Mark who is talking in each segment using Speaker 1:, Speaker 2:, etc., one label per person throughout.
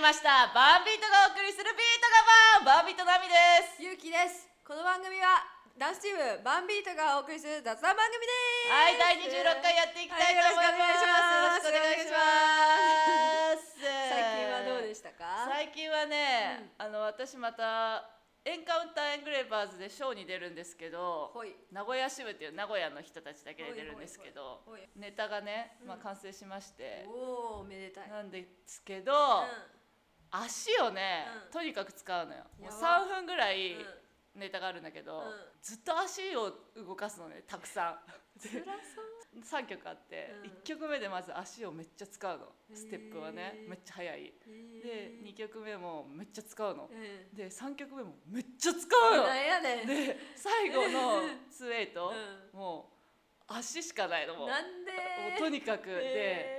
Speaker 1: ましたバンビートがお送りするビートがバンバンビートナミです
Speaker 2: ゆうきですこの番組はダンスチームバンビートがお送りする雑談番組です
Speaker 1: はい第26回やっていきたいと思います、
Speaker 2: はいよろ
Speaker 1: ま
Speaker 2: しくお願いし
Speaker 1: す
Speaker 2: 最近はどうでしたか
Speaker 1: 最近はね、あの私またエンカウンターエングレーバーズでショーに出るんですけど
Speaker 2: ほい
Speaker 1: 名古屋支部っていう名古屋の人たちだけで出るんですけど
Speaker 2: ほいほいほい
Speaker 1: ネタがね、まあ、
Speaker 2: うん
Speaker 1: 完成しまして、
Speaker 2: おおめでたい、
Speaker 1: なんですけど、
Speaker 2: う
Speaker 1: 足をね、
Speaker 2: うん
Speaker 1: とにかく使うのよもう
Speaker 2: やば
Speaker 1: 3分ぐらい
Speaker 2: んうん、
Speaker 1: ネタがあるんだけど、
Speaker 2: うん
Speaker 1: ずっと足を動かすのねたくさん
Speaker 2: 辛そう
Speaker 1: 3曲あって、
Speaker 2: うん
Speaker 1: 1曲目でまず足をめっちゃ使うの
Speaker 2: へー
Speaker 1: ステップはね、めっちゃ速いで
Speaker 2: へー
Speaker 1: 2曲目もめっちゃ使うの
Speaker 2: う、ん
Speaker 1: で3曲目もめっちゃ使うの
Speaker 2: なんやねん
Speaker 1: で最後 のツエイト、
Speaker 2: う
Speaker 1: もう足しかないのもう
Speaker 2: なんで
Speaker 1: もうとにかく、
Speaker 2: へ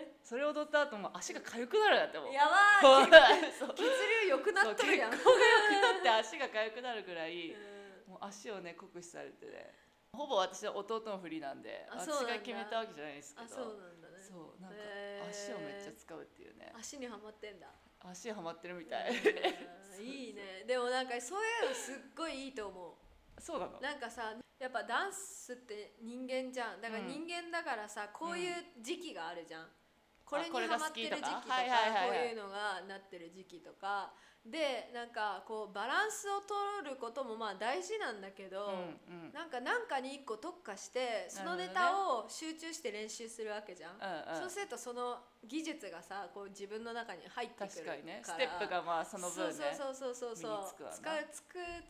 Speaker 1: でそれ踊った後もう足が痒くなるんだってもう
Speaker 2: やば
Speaker 1: そう
Speaker 2: い
Speaker 1: そう
Speaker 2: 血流良くなっとるやん
Speaker 1: そう血行が 良くなって足が痒くなるぐらい、
Speaker 2: う
Speaker 1: もう足をね酷使されてねほぼ私は弟の振りなんで
Speaker 2: あ
Speaker 1: 私
Speaker 2: そうなんだ
Speaker 1: が決めたわけじゃないんですけ
Speaker 2: んあ
Speaker 1: ど
Speaker 2: そうなんだね
Speaker 1: そうなんか
Speaker 2: へー
Speaker 1: 足をめっちゃ使うっていうね
Speaker 2: 足にはまってんだ
Speaker 1: 足はまってるみたい
Speaker 2: うんいいねでもなんかそういうのすっごいいいと思
Speaker 1: そうなの
Speaker 2: うなんかさやっぱダンスって人間じゃんだから
Speaker 1: うん
Speaker 2: 人間だからさ、こういう時期があるじゃんこれに
Speaker 1: これが
Speaker 2: ハマ
Speaker 1: 好
Speaker 2: って
Speaker 1: きと
Speaker 2: る時
Speaker 1: か
Speaker 2: 期とかこ
Speaker 1: はいはいはいはいう
Speaker 2: いうのがなってる時期とかでなんかこうバランスを取ることもまあ大事なんだけど、
Speaker 1: うんうん
Speaker 2: なんかなんかに一個特化してその
Speaker 1: なる
Speaker 2: ネ
Speaker 1: ほどね
Speaker 2: タを集中して練習するわけじゃん、
Speaker 1: うんう
Speaker 2: そ
Speaker 1: ん
Speaker 2: うするとその技術がさこう自分の中に入って
Speaker 1: 確
Speaker 2: くる
Speaker 1: かにね
Speaker 2: か
Speaker 1: ステ
Speaker 2: ら
Speaker 1: ップがまあその分ね
Speaker 2: そうそうそうそうそう
Speaker 1: 身に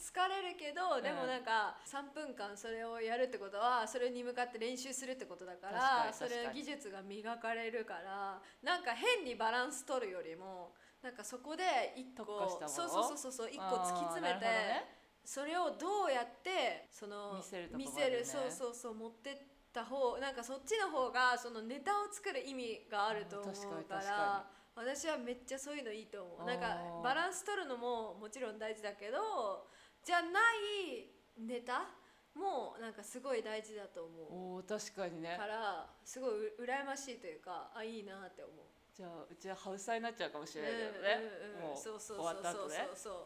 Speaker 1: つ
Speaker 2: 疲
Speaker 1: くわな
Speaker 2: れつく疲れるけど、で
Speaker 1: うん
Speaker 2: もなんか3分間それをやるってことはそれに向かって練習するってことだか
Speaker 1: 確からに
Speaker 2: そ
Speaker 1: 確かに
Speaker 2: れ技術が磨かれるからなんか変にバランス取るよりもなんかそこで1
Speaker 1: 特化した
Speaker 2: 個
Speaker 1: もの
Speaker 2: そうそうそうそう1個突き詰め
Speaker 1: あーなるほ
Speaker 2: て、
Speaker 1: どね
Speaker 2: それをどうやってそ
Speaker 1: 見
Speaker 2: の
Speaker 1: せるとこ
Speaker 2: 見
Speaker 1: まで
Speaker 2: せ
Speaker 1: ね
Speaker 2: るそうそうそう持ってった方なんかそっちの方がそのネタを作る意味があると思
Speaker 1: う
Speaker 2: う
Speaker 1: ん確かに確
Speaker 2: か
Speaker 1: か。
Speaker 2: ら私はめっちゃそういうのいいと
Speaker 1: あ
Speaker 2: 思う
Speaker 1: ー
Speaker 2: なんかバランス取るのももちろん大事だけどじゃないネタもなんかすごい大事だと
Speaker 1: お
Speaker 2: 思
Speaker 1: ー確かに
Speaker 2: う
Speaker 1: ね
Speaker 2: からすごいう羨ましいというかあいいなって思う
Speaker 1: じゃあうちはハウサーになっちゃうかもしれないけどね、も
Speaker 2: うんうんうん
Speaker 1: う
Speaker 2: そうそ
Speaker 1: 終
Speaker 2: うそう
Speaker 1: わっ
Speaker 2: そう
Speaker 1: た後ね
Speaker 2: そうそう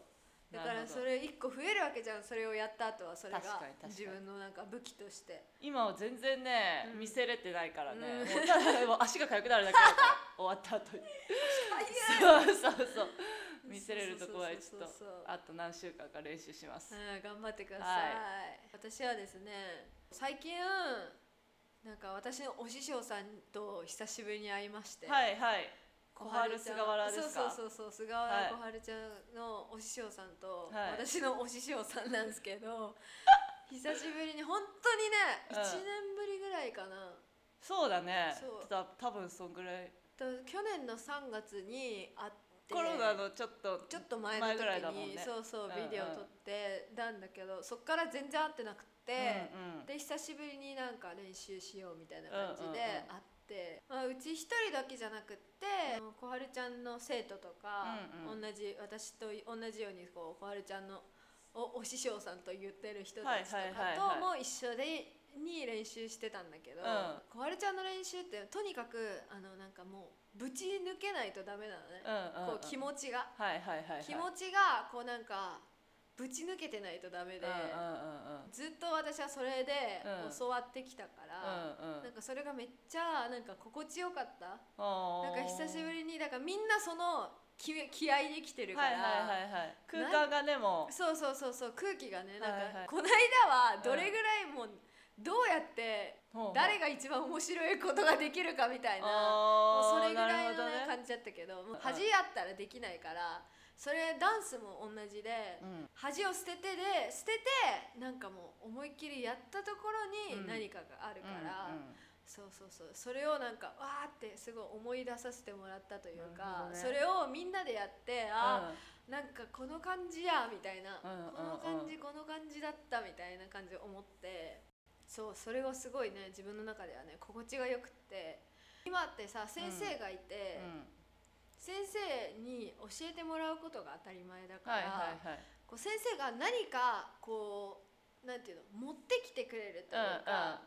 Speaker 2: だか
Speaker 1: な
Speaker 2: ら
Speaker 1: るほど
Speaker 2: それ一個増えるわけじゃんそれをやった後はそれが
Speaker 1: 確かに確かに
Speaker 2: 自分のなんか武器として
Speaker 1: 今は全然ね、
Speaker 2: うん
Speaker 1: 見せれてないからね、
Speaker 2: うん
Speaker 1: もうただもう足が痒くなるだけだから 終わった後にそうそうそう 見せれるとこはちょっと
Speaker 2: そうそうそうそう
Speaker 1: あと何週間か練習します、
Speaker 2: うん、頑張ってください、
Speaker 1: は
Speaker 2: 私はですね最近なんか私のお師匠さんと久しぶりに会いまして、
Speaker 1: はいはい
Speaker 2: 小
Speaker 1: 小
Speaker 2: 春
Speaker 1: 春
Speaker 2: ちゃん
Speaker 1: 菅原ですか
Speaker 2: そううそうそうそう菅原
Speaker 1: はい
Speaker 2: 小春ちゃんのお師匠さんと、
Speaker 1: はい
Speaker 2: 私のお師匠さんなんですけ ど久しぶりに本当にね
Speaker 1: うん
Speaker 2: 1年ぶりぐらいかな、
Speaker 1: そうだね
Speaker 2: そう
Speaker 1: た多分そんぐらい
Speaker 2: と去年の3月に会って
Speaker 1: コロナのちょっと
Speaker 2: ちょっと前の
Speaker 1: 前
Speaker 2: 時
Speaker 1: ぐらいだもん
Speaker 2: に、
Speaker 1: ね
Speaker 2: そうそう
Speaker 1: うんうん
Speaker 2: ビデオ撮ってたんだけど、そっから全然会ってなくて、
Speaker 1: うんうん、
Speaker 2: で久しぶりになんか練習しようみたいな感じ
Speaker 1: うんうんうん
Speaker 2: で会って、うまあ、うち一人だけじゃなくってあの小春ちゃんの生徒とか、
Speaker 1: うんうん
Speaker 2: 同じ私と同じようにこう小春ちゃんのおお師匠さんと言ってる人たちと
Speaker 1: はいはいはい
Speaker 2: か
Speaker 1: はい
Speaker 2: とも一緒で。に練習してたんだけど、
Speaker 1: うん
Speaker 2: 小春ちゃんの練習ってとにかくあのなんかもうぶち抜けないとダメなのね、
Speaker 1: うんうんうん
Speaker 2: こう気持ちが、
Speaker 1: はいはいはい、はい、
Speaker 2: 気持ちがこうなんかぶち抜けてないとダメで、
Speaker 1: うんうんうんうん
Speaker 2: ずっと私はそれで
Speaker 1: うん
Speaker 2: 教わってきたから、
Speaker 1: うんうん
Speaker 2: なんかそれがめっちゃなんか心地よかったなんか久しぶ
Speaker 1: に
Speaker 2: りにだからみんなその気気合いできてるか
Speaker 1: はい
Speaker 2: ら、
Speaker 1: はいはいはい空間がでも
Speaker 2: そうそうそうそう空気がねなんか、
Speaker 1: はいはい
Speaker 2: この間はどれぐらいもうどうやって誰
Speaker 1: が
Speaker 2: が一番面白いことができるかみたいな。も
Speaker 1: あー
Speaker 2: うそれぐらい
Speaker 1: なるほど
Speaker 2: の、ね
Speaker 1: ね
Speaker 2: 感じだったけどもううん恥やったらできないからそれダンスも同じで、
Speaker 1: うん
Speaker 2: 恥を捨ててで捨ててなんかもう思いっきりやったところ
Speaker 1: う
Speaker 2: に
Speaker 1: ん
Speaker 2: 何かがあるから、
Speaker 1: うんうん
Speaker 2: そうそうそうそれをなんかわーってすごい思い出させてもらったという
Speaker 1: なる
Speaker 2: か、
Speaker 1: ほどね
Speaker 2: それをみんなでやってあ、
Speaker 1: うん
Speaker 2: なんかこの感じやみたいな、
Speaker 1: うんうんうん
Speaker 2: この感じこの感じだったみたいな感じを思ってそうそれはすごいね自分の中ではね心地がよくって今ってさ先生がいて、
Speaker 1: うん
Speaker 2: 先生に教えてもらうことが当たり前だから、
Speaker 1: はいはいはい
Speaker 2: こう先生が何かこうなんていうの持ってきてくれるというか、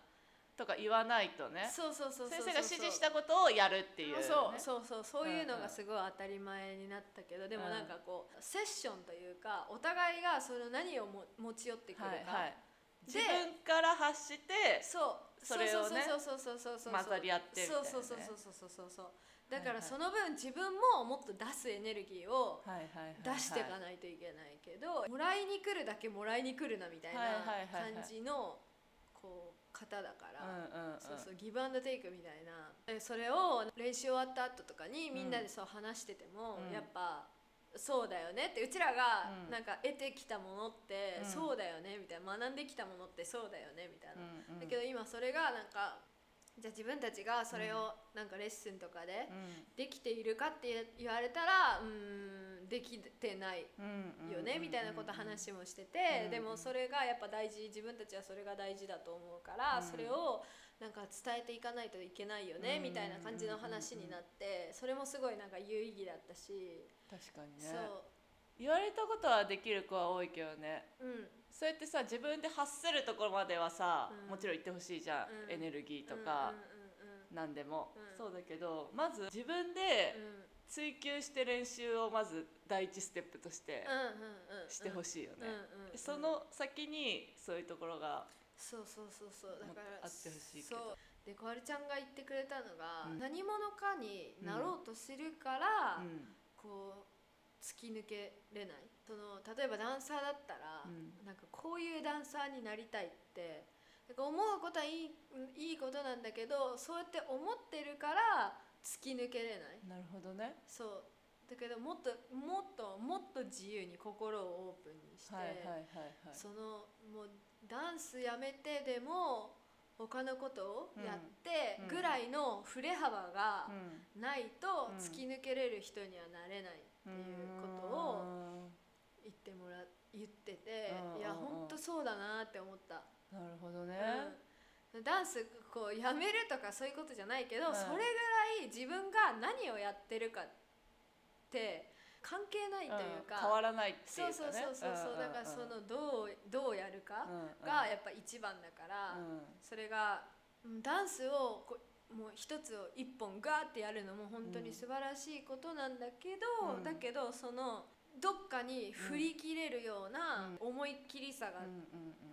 Speaker 1: とか言わないとね
Speaker 2: そうそうそうそうそ
Speaker 1: 先
Speaker 2: う
Speaker 1: 生が指示したことをやるっていうね、
Speaker 2: そうそうそうそういう
Speaker 1: うん
Speaker 2: の
Speaker 1: う
Speaker 2: が
Speaker 1: ん
Speaker 2: すごい当たり前になったけどで
Speaker 1: う
Speaker 2: も
Speaker 1: ん
Speaker 2: なんかこうセッションというかお互いがその何をも持ち寄ってくる
Speaker 1: は
Speaker 2: か、
Speaker 1: いはい、自
Speaker 2: で
Speaker 1: 分から発して
Speaker 2: そう
Speaker 1: それをね
Speaker 2: そうそうそうそうそうそう
Speaker 1: 混ざり合ってみたいな、
Speaker 2: そう
Speaker 1: ね、
Speaker 2: そうそうそうそうそうそうだか
Speaker 1: はいはい
Speaker 2: らその分自分ももっと出すエネルギーを
Speaker 1: はいはいはい
Speaker 2: 出していかないといけないけど、もらいに来るだけもらいに来るなみたい
Speaker 1: は
Speaker 2: な
Speaker 1: いはいはいはい
Speaker 2: 感じのこう方だから、
Speaker 1: うんうんうん、
Speaker 2: そうそうギブアンドテイクみたいなえそれを練習終わった後とかにみんなでそう話してても、
Speaker 1: うん
Speaker 2: やっぱそうだよねってうちらが
Speaker 1: うん
Speaker 2: なんか得てきたものって
Speaker 1: うん
Speaker 2: そうだよねみたいな学んできたものってそうだよねみたいな、
Speaker 1: うんうん、
Speaker 2: だけど今それがなんかじゃあ自分たちがそれをなんかレッスンとかで
Speaker 1: う
Speaker 2: できているかって言われたらうーんできてない
Speaker 1: んうん
Speaker 2: よねみたいなこと話もして
Speaker 1: うん
Speaker 2: て、でもそれがやっぱ大事自分たちはそれが大事だと思うか
Speaker 1: うん
Speaker 2: ら、それをなんか伝えていかないといけないよね、
Speaker 1: うん
Speaker 2: みたいな感じの話になってそれもすごいなんか有意義だったし、
Speaker 1: 確かにね
Speaker 2: そ
Speaker 1: 言われたことはできる子は多いけどね
Speaker 2: う、うん、
Speaker 1: そうやってさ自分で発するところまではさ、
Speaker 2: うん
Speaker 1: もちろん言ってほしいじゃん、
Speaker 2: うん
Speaker 1: エネルギーとか、なんでも、
Speaker 2: うん
Speaker 1: そうだけどまず自分
Speaker 2: うん
Speaker 1: で
Speaker 2: うんうん
Speaker 1: 追求して練習をまず第一ステップとして
Speaker 2: うんうんうん、
Speaker 1: してほし
Speaker 2: し
Speaker 1: いよね、
Speaker 2: うんうんうん、
Speaker 1: その先にそういうところが
Speaker 2: そうそうそうそうだ
Speaker 1: もっと
Speaker 2: から
Speaker 1: あってほしいけど
Speaker 2: そうで小春ちゃんが言ってくれたのが、
Speaker 1: うん
Speaker 2: 何者かになろうとするから、
Speaker 1: うん
Speaker 2: こう突き抜けれないその例えばダンサーだったら、
Speaker 1: うん
Speaker 2: なんかこういうダンサーになりたいってなんか思うことはいいいいことなんだけどそうやって思ってるから突き抜けれない
Speaker 1: なるほどね
Speaker 2: そうだけどもっともっともっと自由に心をオープンにして、
Speaker 1: はいはいはいはい
Speaker 2: そのもうダンスやめてでも他のことをやって
Speaker 1: うん
Speaker 2: ぐらいの振れ幅が
Speaker 1: うん
Speaker 2: ないと
Speaker 1: うん
Speaker 2: 突き抜けれる人にはなれないっていうことを言ってもら言ってて
Speaker 1: うん
Speaker 2: いや
Speaker 1: うんうん
Speaker 2: ほんとそうだなって思った、
Speaker 1: うーんなるほどね、
Speaker 2: うんダンスこうやめるとかそういうことじゃないけど、
Speaker 1: うん
Speaker 2: それぐらい自分が何をやってるかって関係ないというか、
Speaker 1: 変わらないっていう
Speaker 2: そ
Speaker 1: か
Speaker 2: う
Speaker 1: ね
Speaker 2: そうそうそうそう、
Speaker 1: んんん
Speaker 2: だからそのどうどうやるか
Speaker 1: うんうん
Speaker 2: がやっぱ一番だから、それがうんダンスをこうもう一つを一本ガーってやるのも本当に素晴らしいことなんだけど、
Speaker 1: うん
Speaker 2: だけどそのどっかに振り切れるような思い切りさ
Speaker 1: う
Speaker 2: が、
Speaker 1: んうんうん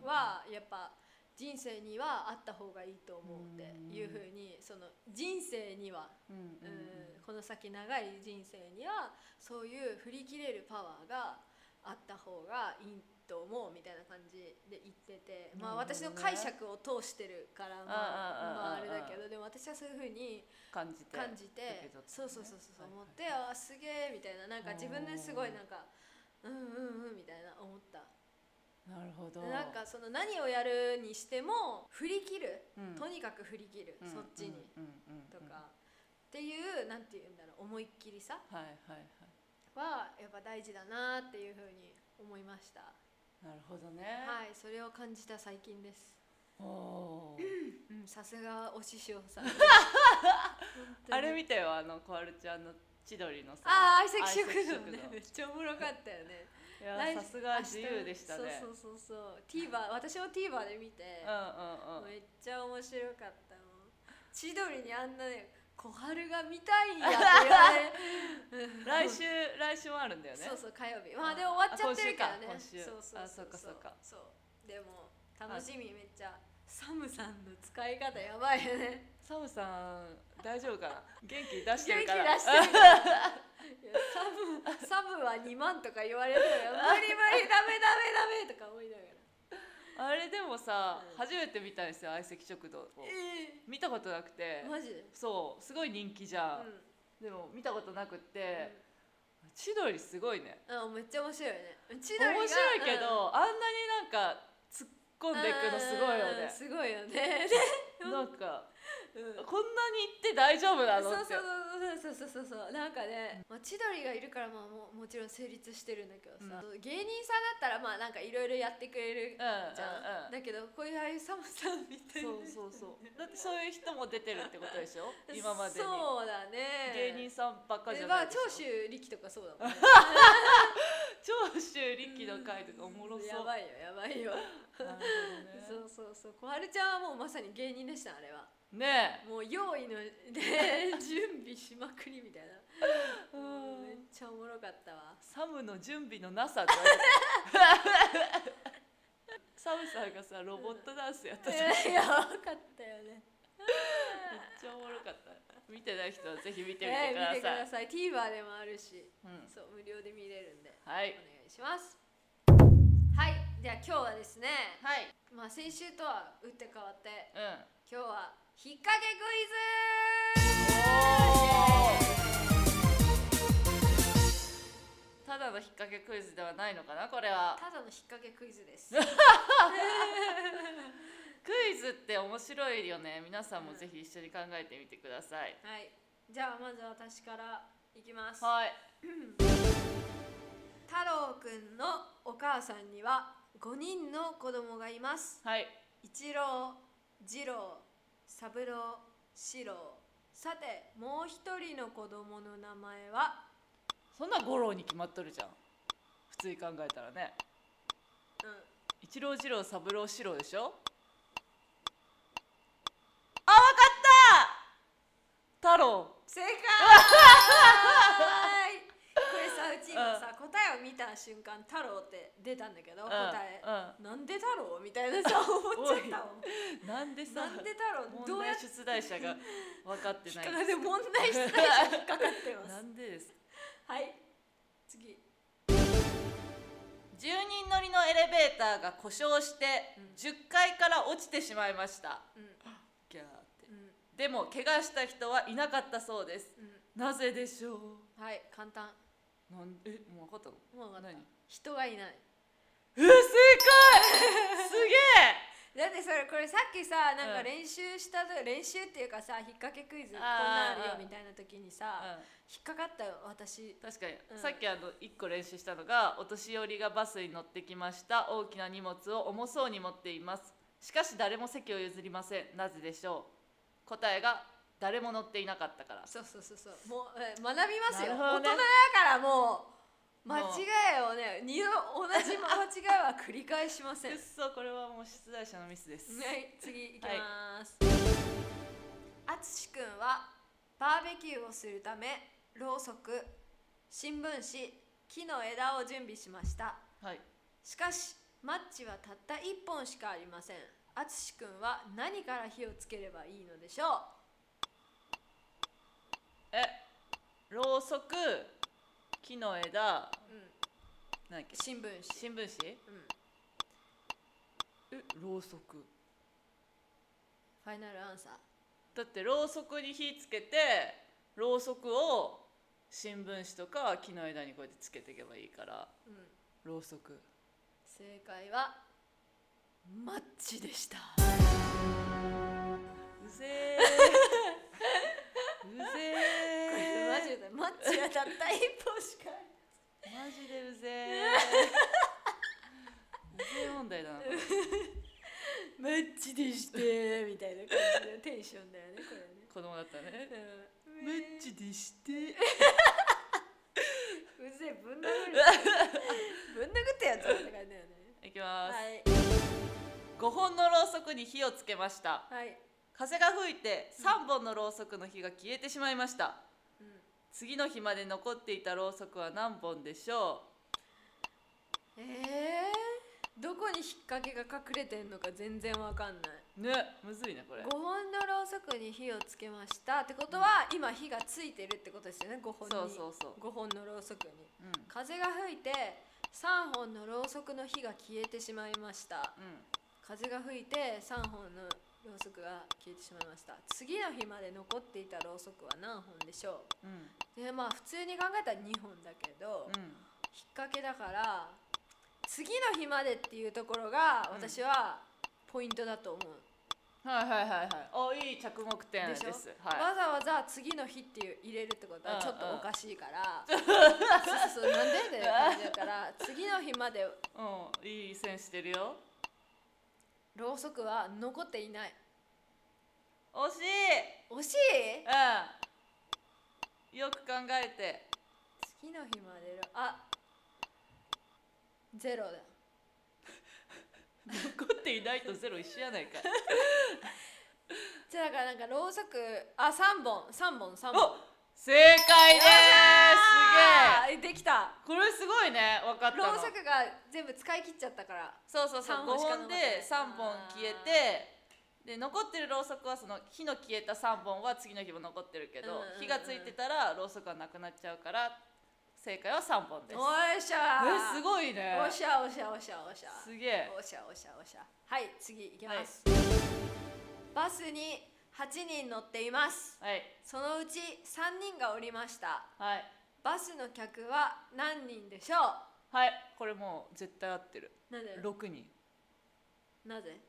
Speaker 1: うん
Speaker 2: はやっぱ人生にはあった方がいいと思うっていうふうにその人生には、
Speaker 1: うんうん
Speaker 2: うんこの先長い人生にはそういう振り切れるパワーがあった方がいいと思うみたいな感じで言ってて、まあ、
Speaker 1: なるほ
Speaker 2: 私
Speaker 1: どね
Speaker 2: の解釈を通してるからまあま
Speaker 1: うんうん
Speaker 2: ああれ
Speaker 1: うんうん
Speaker 2: だけどでも私はそういうふうに
Speaker 1: 感じて
Speaker 2: 感じ
Speaker 1: 受け取っ
Speaker 2: て
Speaker 1: たね
Speaker 2: そうそうそうそう
Speaker 1: はいはい
Speaker 2: 思ってああすげえみたいななんか自分ですごいなんかうんうんうんみたいな思った。
Speaker 1: なるほど
Speaker 2: なんかその何をやるにしても振り切る、
Speaker 1: うん
Speaker 2: とにかく振り切る、
Speaker 1: うん
Speaker 2: そっちに、
Speaker 1: うんうんうんうん
Speaker 2: とか、っていうなんて言うんだろう思いっきりさ
Speaker 1: はいはいはい
Speaker 2: はやっぱ大事だなっていうふうに思いました、
Speaker 1: なるほどね
Speaker 2: はいそれを感じた最近です
Speaker 1: おー
Speaker 2: うんさすがお師匠さん
Speaker 1: あれ
Speaker 2: 見
Speaker 1: 見てよあの小春ちゃんの千鳥のさ
Speaker 2: ああ相席食
Speaker 1: 相
Speaker 2: 堂
Speaker 1: 席食
Speaker 2: ね
Speaker 1: 堂
Speaker 2: めっちゃおもろかったよね
Speaker 1: いや
Speaker 2: 来
Speaker 1: さすが自由でしたね
Speaker 2: そうそうそうそう TVer 私も TVer で見
Speaker 1: う
Speaker 2: て、
Speaker 1: んうんうん
Speaker 2: めっちゃ面白かったもん千鳥にあんなね小春が見たいんやって言われ
Speaker 1: 来
Speaker 2: うん
Speaker 1: 週来週もあるんだよね
Speaker 2: そうそう火曜日
Speaker 1: あ
Speaker 2: まあで終わっちゃってるからね
Speaker 1: あ今週か
Speaker 2: そうそ
Speaker 1: 今週あ
Speaker 2: う
Speaker 1: そっかそっか
Speaker 2: そうでも楽しみめっちゃサムさんの使い方やばいよね
Speaker 1: サムさん大丈夫かな 元気出してる
Speaker 2: 元気出
Speaker 1: から
Speaker 2: してるからいやサブサブは2万とか言われるよ無理無理ダメダメダメとか思いながら
Speaker 1: あれでもさ、
Speaker 2: うん
Speaker 1: 初めて見たんですよ相席食堂を
Speaker 2: え
Speaker 1: 見たことなくて
Speaker 2: えマジで
Speaker 1: そうすごい人気じゃん、
Speaker 2: うん
Speaker 1: でも見たことなくって、千鳥すごいね
Speaker 2: うんあめっちゃ面白いよね千鳥が
Speaker 1: 面白いけ
Speaker 2: うん
Speaker 1: ど、あんなになんか突っ込んでいくのすごいよ
Speaker 2: うん
Speaker 1: ね
Speaker 2: すごいよね。
Speaker 1: なんか
Speaker 2: うん
Speaker 1: こんなに行って大丈夫なのっ
Speaker 2: そう
Speaker 1: て
Speaker 2: そうそうそうそうそうそうなんかね、まあ、千鳥がいるからまあもうもちろん成立してるんだけどさ、芸人さんだったらまあなんかいろいろやってくれるじ
Speaker 1: うん
Speaker 2: ゃん、
Speaker 1: うんうん
Speaker 2: だけどこういうああいうサムさんみたいな
Speaker 1: そうそうそうだってそういう人も出てるってことでし ょ今までに
Speaker 2: そうだね
Speaker 1: 芸人さんばっかじ
Speaker 2: で
Speaker 1: ゃ
Speaker 2: ま
Speaker 1: な
Speaker 2: あ
Speaker 1: いでし
Speaker 2: 長
Speaker 1: ょ
Speaker 2: 州力とかそうだもんね
Speaker 1: 長州力の回とかおもろそう
Speaker 2: やばいよやばいよ、
Speaker 1: なるほど
Speaker 2: そうそうそう小春ちゃんはもうまさに芸人でしたあれは
Speaker 1: ねね
Speaker 2: もう用意ので準備しまくりみたいな
Speaker 1: え、
Speaker 2: もうめっ
Speaker 1: うん
Speaker 2: ちゃおもろかったわ
Speaker 1: サムの準備のなさとか言われてサムさんがさロボットダンスやったじゃんめっ
Speaker 2: えーやばかったよね
Speaker 1: ちゃおもろかった見てない人はぜひ見てみ
Speaker 2: え
Speaker 1: てくだ
Speaker 2: ー見てく
Speaker 1: さい
Speaker 2: だ、さい TVer でもあるし
Speaker 1: うん
Speaker 2: そう無料で見れるんで
Speaker 1: はい
Speaker 2: お願いしますはいじゃあ今日はですね
Speaker 1: はい
Speaker 2: まあ先週とは打って変わって
Speaker 1: うん
Speaker 2: 今日は日陰クイズ
Speaker 1: ただの引っ掛けクイズではないのかなこれは
Speaker 2: ただの引っ掛けクイズ です。
Speaker 1: クイズって面白いよね皆さんもぜひ一緒に考えてみてください、
Speaker 2: はい。じゃあまず私からいきます。太
Speaker 1: はい
Speaker 2: 郎くんのお母さんには5人の子供がいます。
Speaker 1: はい
Speaker 2: 一郎、二郎、三郎、四郎。さてもう一人の子供の名前は
Speaker 1: そんな五郎に決まっとるじゃん普通に考えたらね
Speaker 2: うん
Speaker 1: 一郎二郎三郎四郎でしょあわかった太郎
Speaker 2: 正解これさうち今さ答えを見た瞬間太郎って出たんだけど、
Speaker 1: うん
Speaker 2: 答え、なんで太郎みたいなさ思っちゃったもん
Speaker 1: うん、なんでさ
Speaker 2: なんで太郎
Speaker 1: 問
Speaker 2: どうや
Speaker 1: 題
Speaker 2: って
Speaker 1: 出題者が分かって
Speaker 2: 引
Speaker 1: な
Speaker 2: っ
Speaker 1: い
Speaker 2: かかって問題出題者引っかかってま
Speaker 1: な
Speaker 2: す
Speaker 1: んでです
Speaker 2: はい次
Speaker 1: 10人乗りのエレベーターが故障して
Speaker 2: うん
Speaker 1: 10階から落ちてしまいました
Speaker 2: うん
Speaker 1: ギャーって
Speaker 2: うん
Speaker 1: でも怪我した人はいなかったそうです
Speaker 2: う
Speaker 1: なぜでしょ
Speaker 2: んはい簡単
Speaker 1: うなんえもう分かったの
Speaker 2: もう分かった
Speaker 1: 何
Speaker 2: 人がいない
Speaker 1: えー、正解すげ
Speaker 2: だってそれこれさっきさなん
Speaker 1: う
Speaker 2: か
Speaker 1: ん
Speaker 2: 練習したと、練習っていうかさ引っ掛けクイズこん
Speaker 1: あー
Speaker 2: なんあるよ
Speaker 1: あー
Speaker 2: みたいな時にさ、
Speaker 1: え、
Speaker 2: 引っかかったよ
Speaker 1: うん、
Speaker 2: 私
Speaker 1: 確かに、
Speaker 2: うん
Speaker 1: さっきあの1個練習したのがお年寄りがバスに乗ってきました大きな荷物を重そうに持っていますしかし誰も席を譲りませんなぜでしょう答えが誰も乗っていなかったから
Speaker 2: そうそうそうそうもうえー学びます
Speaker 1: なる
Speaker 2: よ、
Speaker 1: ほどね
Speaker 2: 大人だからもう間違いをね二度同じ間 違いは繰り返しません
Speaker 1: くっそこれはもう出題者のミスです、
Speaker 2: はい、次いきます。あつしくんはバーベキューをするためろうそく、新聞紙、木の枝を準備しました。
Speaker 1: はい
Speaker 2: しかしマッチはたった一本しかありません。あつしくんは何から火をつければいいのでしょう。
Speaker 1: えろうそく木の枝
Speaker 2: うん、
Speaker 1: 何だっけ
Speaker 2: 新聞紙。
Speaker 1: 新聞紙
Speaker 2: うん、
Speaker 1: え
Speaker 2: フ
Speaker 1: ろうそく
Speaker 2: ァイナルアンサー。
Speaker 1: だってろうそくに火つけてろうそくを新聞紙とか木の枝にこうやってつけていけばいいから
Speaker 2: うん、
Speaker 1: ろうそく
Speaker 2: 正解はマッチでした。
Speaker 1: うぜえ うぜ
Speaker 2: これ
Speaker 1: え
Speaker 2: マジでマッチはたった一本しかあり
Speaker 1: マジでうぜえうぜえ問題だなこれ
Speaker 2: マッチでしてーみたいな感じのテンションだよねこれ
Speaker 1: 子供だったらね
Speaker 2: ね。うん
Speaker 1: マッチでして
Speaker 2: うぜえぶん殴る。ぶん殴ったやつだった感じだよね。
Speaker 1: いきます、
Speaker 2: はい
Speaker 1: 5本のろうそくに火をつけました
Speaker 2: はい。
Speaker 1: 風が吹いて3本のろうそくの火が消えてしまいました
Speaker 2: うん
Speaker 1: 次の日まで残っていたろうそくは何本でしょ
Speaker 2: えー、どこに引っ掛けが隠れてんのか全然わかんない。
Speaker 1: うねむずいねこれ
Speaker 2: 五本のろうそくに火をつけましたってことは、今火がついてるってことですよね五本に。
Speaker 1: そうそうそう、
Speaker 2: 五本のろうそくに。
Speaker 1: うん
Speaker 2: 風が吹いて三本のろうそくの火が消えてしまいました。
Speaker 1: う
Speaker 2: 風が吹いて3本のろうそくが消えてしまいました次の日まで残っていたろうそくは何本でしょ
Speaker 1: ん
Speaker 2: うでまあ普通に考えたら2本だけど、
Speaker 1: うんうん
Speaker 2: 引っ掛けだから次の日までっていうところが
Speaker 1: うん
Speaker 2: 私はポイントだと思う、
Speaker 1: はいはいはいはいおいい着目点で
Speaker 2: でし
Speaker 1: す
Speaker 2: ょ
Speaker 1: はい
Speaker 2: わざわざ次の日っていう入れるってこと
Speaker 1: う
Speaker 2: は
Speaker 1: ん
Speaker 2: ちょっとおかしいから、そうそうそうなんでって感じだから次の日まで
Speaker 1: うんいい線してるよ
Speaker 2: ろうそくは残っていない
Speaker 1: 惜し
Speaker 2: 惜しい
Speaker 1: いうんよく考えて
Speaker 2: 次の日までろあゼロだ
Speaker 1: 残っていないとゼロ一緒やないかい
Speaker 2: じゃあだからなんかろうそくあ三本三本三本
Speaker 1: お正解ですすげえ
Speaker 2: えすげえできた
Speaker 1: これすごいね分かったの
Speaker 2: ろうそくが全部使い切っちゃったから
Speaker 1: そうそうそう5
Speaker 2: 三本しかな
Speaker 1: 本
Speaker 2: かった
Speaker 1: で3
Speaker 2: ね
Speaker 1: 本消えてで残ってるろうそくはその火の消えた3本は次の日も残ってるけど、
Speaker 2: うんうんうん
Speaker 1: 火がついてたらろうそくはなくなっちゃうから正解は3本です
Speaker 2: おいしゃ
Speaker 1: えす
Speaker 2: い
Speaker 1: ごいね
Speaker 2: おしゃおしゃおしゃおしゃ
Speaker 1: すげえ
Speaker 2: おしゃおしゃおしゃはい次いきます、バスに8人乗っています
Speaker 1: はい
Speaker 2: そのうち3人がおりました
Speaker 1: はい
Speaker 2: バスの客は何人でしょ
Speaker 1: はいこれもう絶対合ってる
Speaker 2: うなぜ
Speaker 1: 6人
Speaker 2: なぜ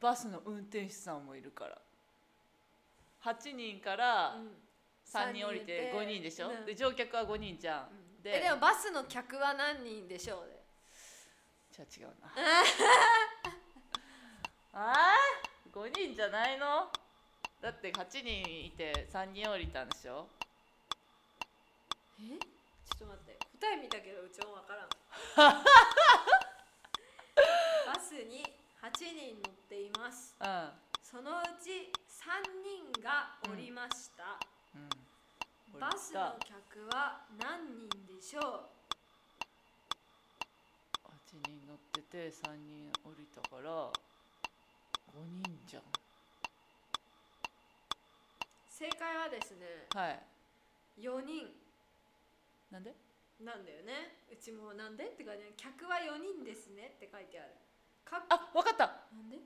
Speaker 1: バスの運転手さんもいるから8人から
Speaker 2: うん
Speaker 1: 3人降りて5人でしょ、
Speaker 2: うん
Speaker 1: で乗客は5人じゃん、で
Speaker 2: えでもバスの客は何人でしょうで
Speaker 1: じゃあ違うな あー5人じゃないのだって8人いて3人降りたんでしょ
Speaker 2: えちょっと待って答え見たけどうちもわからん バスに8人乗っています
Speaker 1: うん、
Speaker 2: そのうち3人がおりました、
Speaker 1: うん、降りた
Speaker 2: バスの客は何人でしょ
Speaker 1: 8人乗ってて3人降りたから5人じゃん
Speaker 2: う正解はですね
Speaker 1: はい
Speaker 2: 4人
Speaker 1: なんで
Speaker 2: なんだよねうちもなんでって書いてある客は4人ですねって書いてあるか
Speaker 1: あわかった
Speaker 2: なんで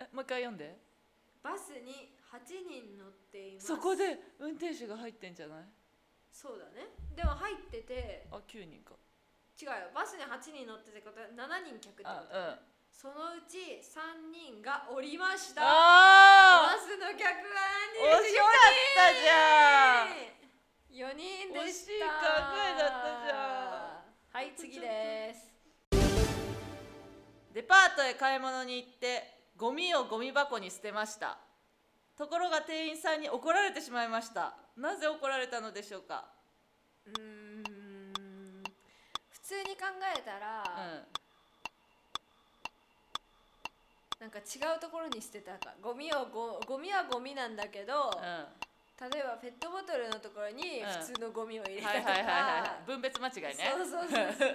Speaker 1: えもう一回読んで
Speaker 2: バスに8人乗っています
Speaker 1: そこで運転手が入ってんじゃない
Speaker 2: そうだねでも入ってて
Speaker 1: あ9人か
Speaker 2: 違うよバスに8人乗っててことは7人客ってこと
Speaker 1: あ
Speaker 2: だねそのうち3人がおりま
Speaker 1: う
Speaker 2: し
Speaker 1: ん
Speaker 2: た
Speaker 1: あ
Speaker 2: バ
Speaker 1: あ
Speaker 2: スの客は
Speaker 1: 惜
Speaker 2: 何人で
Speaker 1: し
Speaker 2: し
Speaker 1: か
Speaker 2: ょ
Speaker 1: ったじゃん惜しい考
Speaker 2: う4人でした
Speaker 1: えだったじゃ
Speaker 2: んはい次です
Speaker 1: デパートへ買い物に行ってゴミをゴミ箱に捨てましたところが店員さんに怒られてしまいましたなぜ怒られたのでしょうか
Speaker 2: うーん普通に考えた
Speaker 1: う
Speaker 2: ら、
Speaker 1: ん
Speaker 2: なんか違うところに捨てたかゴミをゴゴミはゴミなんだけど、
Speaker 1: う
Speaker 2: 例えばペットボトルのところに
Speaker 1: うん
Speaker 2: 普通のゴミを入れ
Speaker 1: ん
Speaker 2: た
Speaker 1: はいはい
Speaker 2: と
Speaker 1: はいはいは
Speaker 2: か
Speaker 1: い 分別間違いね
Speaker 2: そうそうそうそ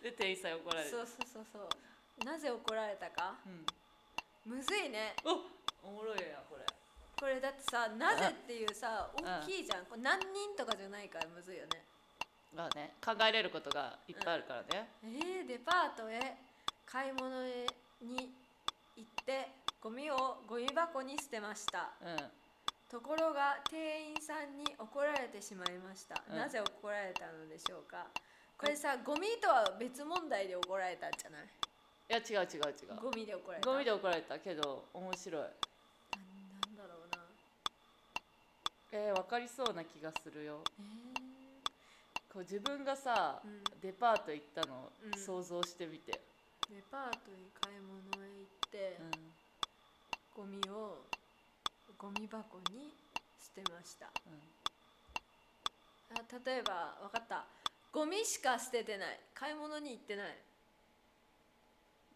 Speaker 1: で店員さんに怒られる
Speaker 2: そうそうそうそうそうなぜ怒られたか
Speaker 1: うん、
Speaker 2: むずいね
Speaker 1: おおもろいやんこれ
Speaker 2: これだってさなぜっていうさ
Speaker 1: ん
Speaker 2: 大きいじゃんこれ何人とかじゃないからむずいよね
Speaker 1: まあね考えれることがいっぱいあるからね、
Speaker 2: えー、デパートへ買い物へに行ってゴミをゴミ箱に捨てました
Speaker 1: うん
Speaker 2: ところが店員さんに怒られてしまいました、
Speaker 1: うん
Speaker 2: なぜ怒られたのでしょうかこれさゴミとは別問題で怒られたんじゃない
Speaker 1: いや違う違う違う
Speaker 2: ゴミで怒られた
Speaker 1: ゴミで怒られたけど面白い
Speaker 2: なんなんだろうな
Speaker 1: えー、分かりそうな気がするよ
Speaker 2: え
Speaker 1: こう自分がさ、
Speaker 2: うん
Speaker 1: デパート行ったの
Speaker 2: うん
Speaker 1: 想像してみて、
Speaker 2: ー、デパートに買い物へ行って、
Speaker 1: うん
Speaker 2: ゴミをゴミ箱に捨てました
Speaker 1: う
Speaker 2: あ例えば分かったゴミしか捨ててない買い物に行ってない
Speaker 1: ん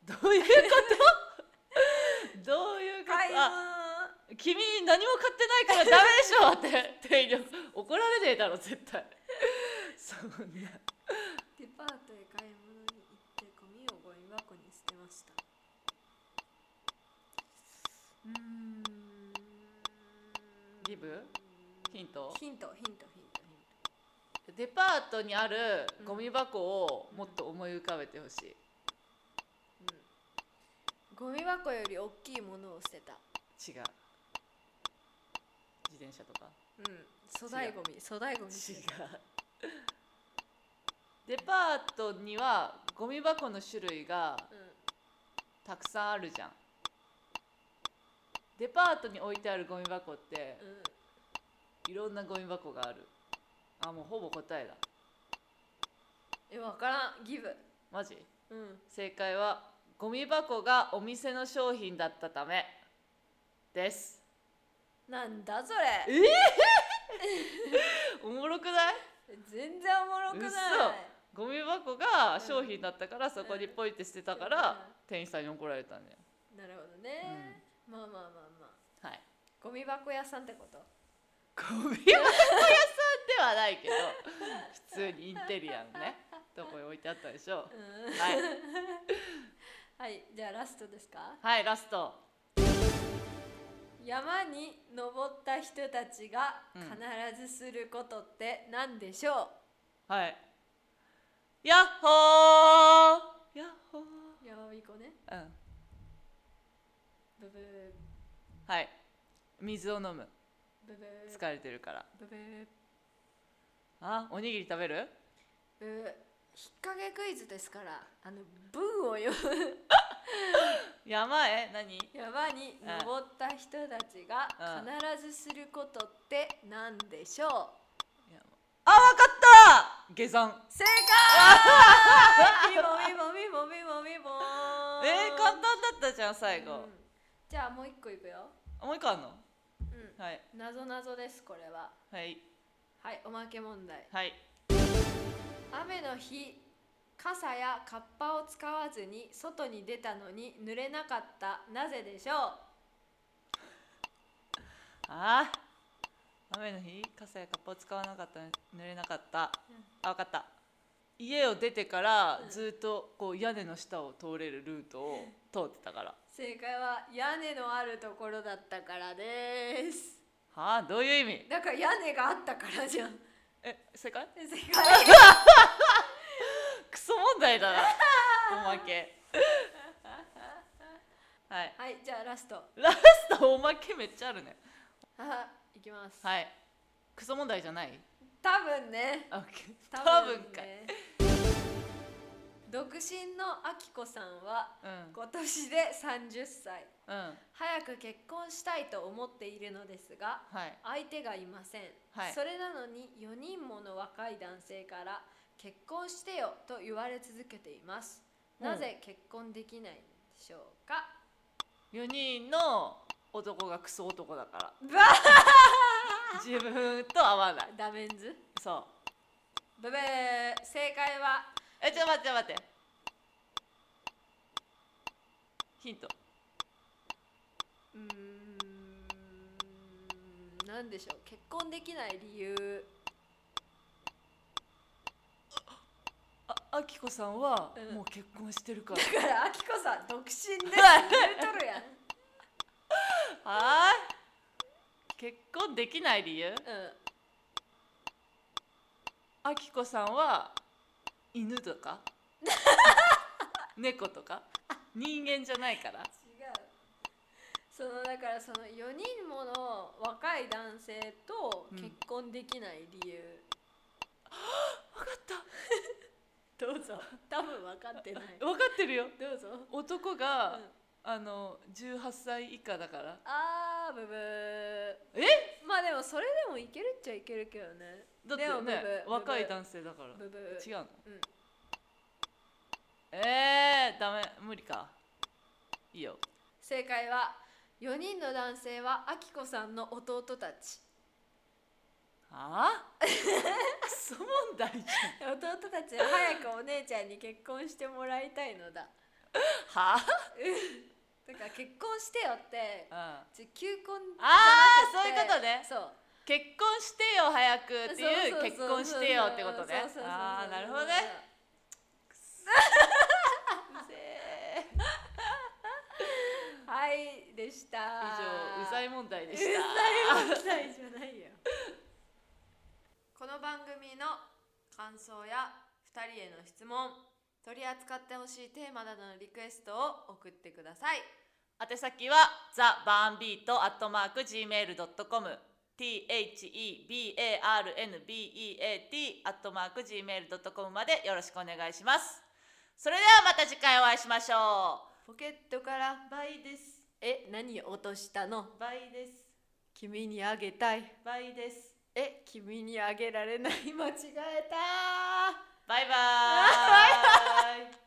Speaker 1: どういうことどういうこと
Speaker 2: 買い
Speaker 1: あ
Speaker 2: 物
Speaker 1: 君何も買ってないからダメでしょって店員に怒られねえだろ絶対 そんな
Speaker 2: デパートへ買い物に行ってゴミをゴミ箱に捨てましたうーん
Speaker 1: ギブヒント
Speaker 2: ヒントヒントヒントヒン
Speaker 1: デパートにあるゴミ箱をもっと思い浮かべてほしい、
Speaker 2: トゴミ箱より大きいものを捨てた
Speaker 1: 違う自転車とか
Speaker 2: うん粗大ゴミ粗大ゴミ捨
Speaker 1: 違
Speaker 2: てた
Speaker 1: うデパートにはゴミ箱の種類が
Speaker 2: うん
Speaker 1: たくさんあるじゃんデパートに置いてあるゴミ箱って
Speaker 2: うん
Speaker 1: いろんなゴミ箱があるあもうほぼ答えだ
Speaker 2: え分からんギブ
Speaker 1: マジ
Speaker 2: うん
Speaker 1: 正解はゴミ箱がお店の商品だったためです
Speaker 2: なんだそれ
Speaker 1: おもろくない
Speaker 2: 全然おもろくない
Speaker 1: 嘘ゴミ箱が商品だったからそこにポイって捨てたか
Speaker 2: うん
Speaker 1: ら店員さんに怒られたんだよ
Speaker 2: なるほどね、まあまあまあまあ
Speaker 1: はい
Speaker 2: ゴミ箱屋さんってこと
Speaker 1: ゴミ箱屋さんではないけど普通にインテリアのねとこに置いてあったでしょ
Speaker 2: う
Speaker 1: うんはい
Speaker 2: はいじゃあラストですか
Speaker 1: はいラスト
Speaker 2: 山に登った人たちが
Speaker 1: うん
Speaker 2: 必ずすることって何でしょう、
Speaker 1: はいヤッホーヤッホー
Speaker 2: 山彦ね
Speaker 1: うん
Speaker 2: ブブー
Speaker 1: はい水を飲む
Speaker 2: ブブー
Speaker 1: 疲れてるから
Speaker 2: ブブー
Speaker 1: あおにぎり食べる
Speaker 2: ブー引っ掛けクイズですからあのブーをよ
Speaker 1: 山へ何
Speaker 2: 山に登った人たちが
Speaker 1: うん
Speaker 2: 必ずすることって何でしょう
Speaker 1: あわかった下山
Speaker 2: 正 解みぼみぼみぼみぼみぼ
Speaker 1: えー、簡単だったじゃん最後、
Speaker 2: うんじゃあもう一個いくよ
Speaker 1: もう一個あんの
Speaker 2: うん
Speaker 1: はい
Speaker 2: なぞなぞですこれは
Speaker 1: はい
Speaker 2: はいおまけ問題
Speaker 1: はい
Speaker 2: 雨の日傘やカッパを使わずに外に出たのに濡れなかったなぜでしょ
Speaker 1: あー雨の日傘やカッパを使わなかった濡れなかった、
Speaker 2: うん
Speaker 1: あ分かった家を出てから
Speaker 2: うん
Speaker 1: ずっとこう屋根の下を通れるルートを通ってたから
Speaker 2: う正解は屋根のあるところだったからです
Speaker 1: はあどういう意味
Speaker 2: だから屋根があったからじゃん
Speaker 1: え正解
Speaker 2: 正解
Speaker 1: クソ問題 だなおまけはい
Speaker 2: はいじゃあラスト
Speaker 1: ラストおまけめっちゃあるね
Speaker 2: あいきます、
Speaker 1: はいクソ問題じゃない
Speaker 2: 多分ね
Speaker 1: あ OK 多分かい、
Speaker 2: ね独身のあきこさんは
Speaker 1: う
Speaker 2: 今年で30歳
Speaker 1: んうん
Speaker 2: 早く結婚したいと思っているのですが
Speaker 1: はい
Speaker 2: 相手がいません、
Speaker 1: はい
Speaker 2: それなのに4人もの若い男性から「結婚してよ」と言われ続けています
Speaker 1: うん
Speaker 2: なぜ結婚できないんでしょうか、
Speaker 1: 4人の男がクソ男だから
Speaker 2: バ
Speaker 1: 自分と合わない
Speaker 2: ーダメンズ
Speaker 1: そう
Speaker 2: ブブー正解は
Speaker 1: えちょっと待って待ってヒント
Speaker 2: うーん何でしょう結婚できない理由
Speaker 1: ああきこさんは
Speaker 2: うん
Speaker 1: もう結婚してるから、
Speaker 2: だからあきこさん独身です言うと るやん
Speaker 1: はーい結婚できない理由
Speaker 2: うん
Speaker 1: あきこさんは犬と か猫とか人間じゃないから
Speaker 2: 違うそのだからその4人もの若い男性と
Speaker 1: うん
Speaker 2: 結婚できない理由、
Speaker 1: 分かっ
Speaker 2: どうぞ多分分か ってない
Speaker 1: た分かってるよ
Speaker 2: どうぞ、
Speaker 1: 男
Speaker 2: うん
Speaker 1: が、あの18歳以下だから
Speaker 2: あーブブーまあでもそれでもいけるっちゃいけるけどね
Speaker 1: だって
Speaker 2: でもブ
Speaker 1: ね
Speaker 2: ブ
Speaker 1: 若い
Speaker 2: ブ
Speaker 1: 男性だから
Speaker 2: ブブー
Speaker 1: 違うの、
Speaker 2: うん
Speaker 1: えー、ダメ無理かいいよ
Speaker 2: 正解は4人の男性はあきこさんの弟た ち
Speaker 1: はあクソ問題じゃん
Speaker 2: 弟たちは早くお姉ちゃんに結婚してもらいたいのだ
Speaker 1: は
Speaker 2: だから結婚してよって
Speaker 1: あ、
Speaker 2: ち求婚
Speaker 1: うん、あーそういうことね
Speaker 2: そう
Speaker 1: 結婚してよ早くっていう結
Speaker 2: そうそうそう
Speaker 1: 婚してよってことね
Speaker 2: そうそうそうそう
Speaker 1: ああなるほどねうぜえ
Speaker 2: はいでした
Speaker 1: 以上うざい問題でした
Speaker 2: うざい問題じゃないよこの番組の感想や2人への質問取り扱ってほしいテーマなどのリクエストを送ってください
Speaker 1: 宛先はザ・バーンビートアットマーク Gmail.com thebarnbeat アットマーク Gmail.com までよろしくお願いしますそれではまた次回お会いしましょ
Speaker 2: ポケットから
Speaker 1: うバイです
Speaker 2: え何落としたの
Speaker 1: バイです
Speaker 2: 君にあげたい
Speaker 1: バイです
Speaker 2: え君 にあげられない間違えた
Speaker 1: バイバーイ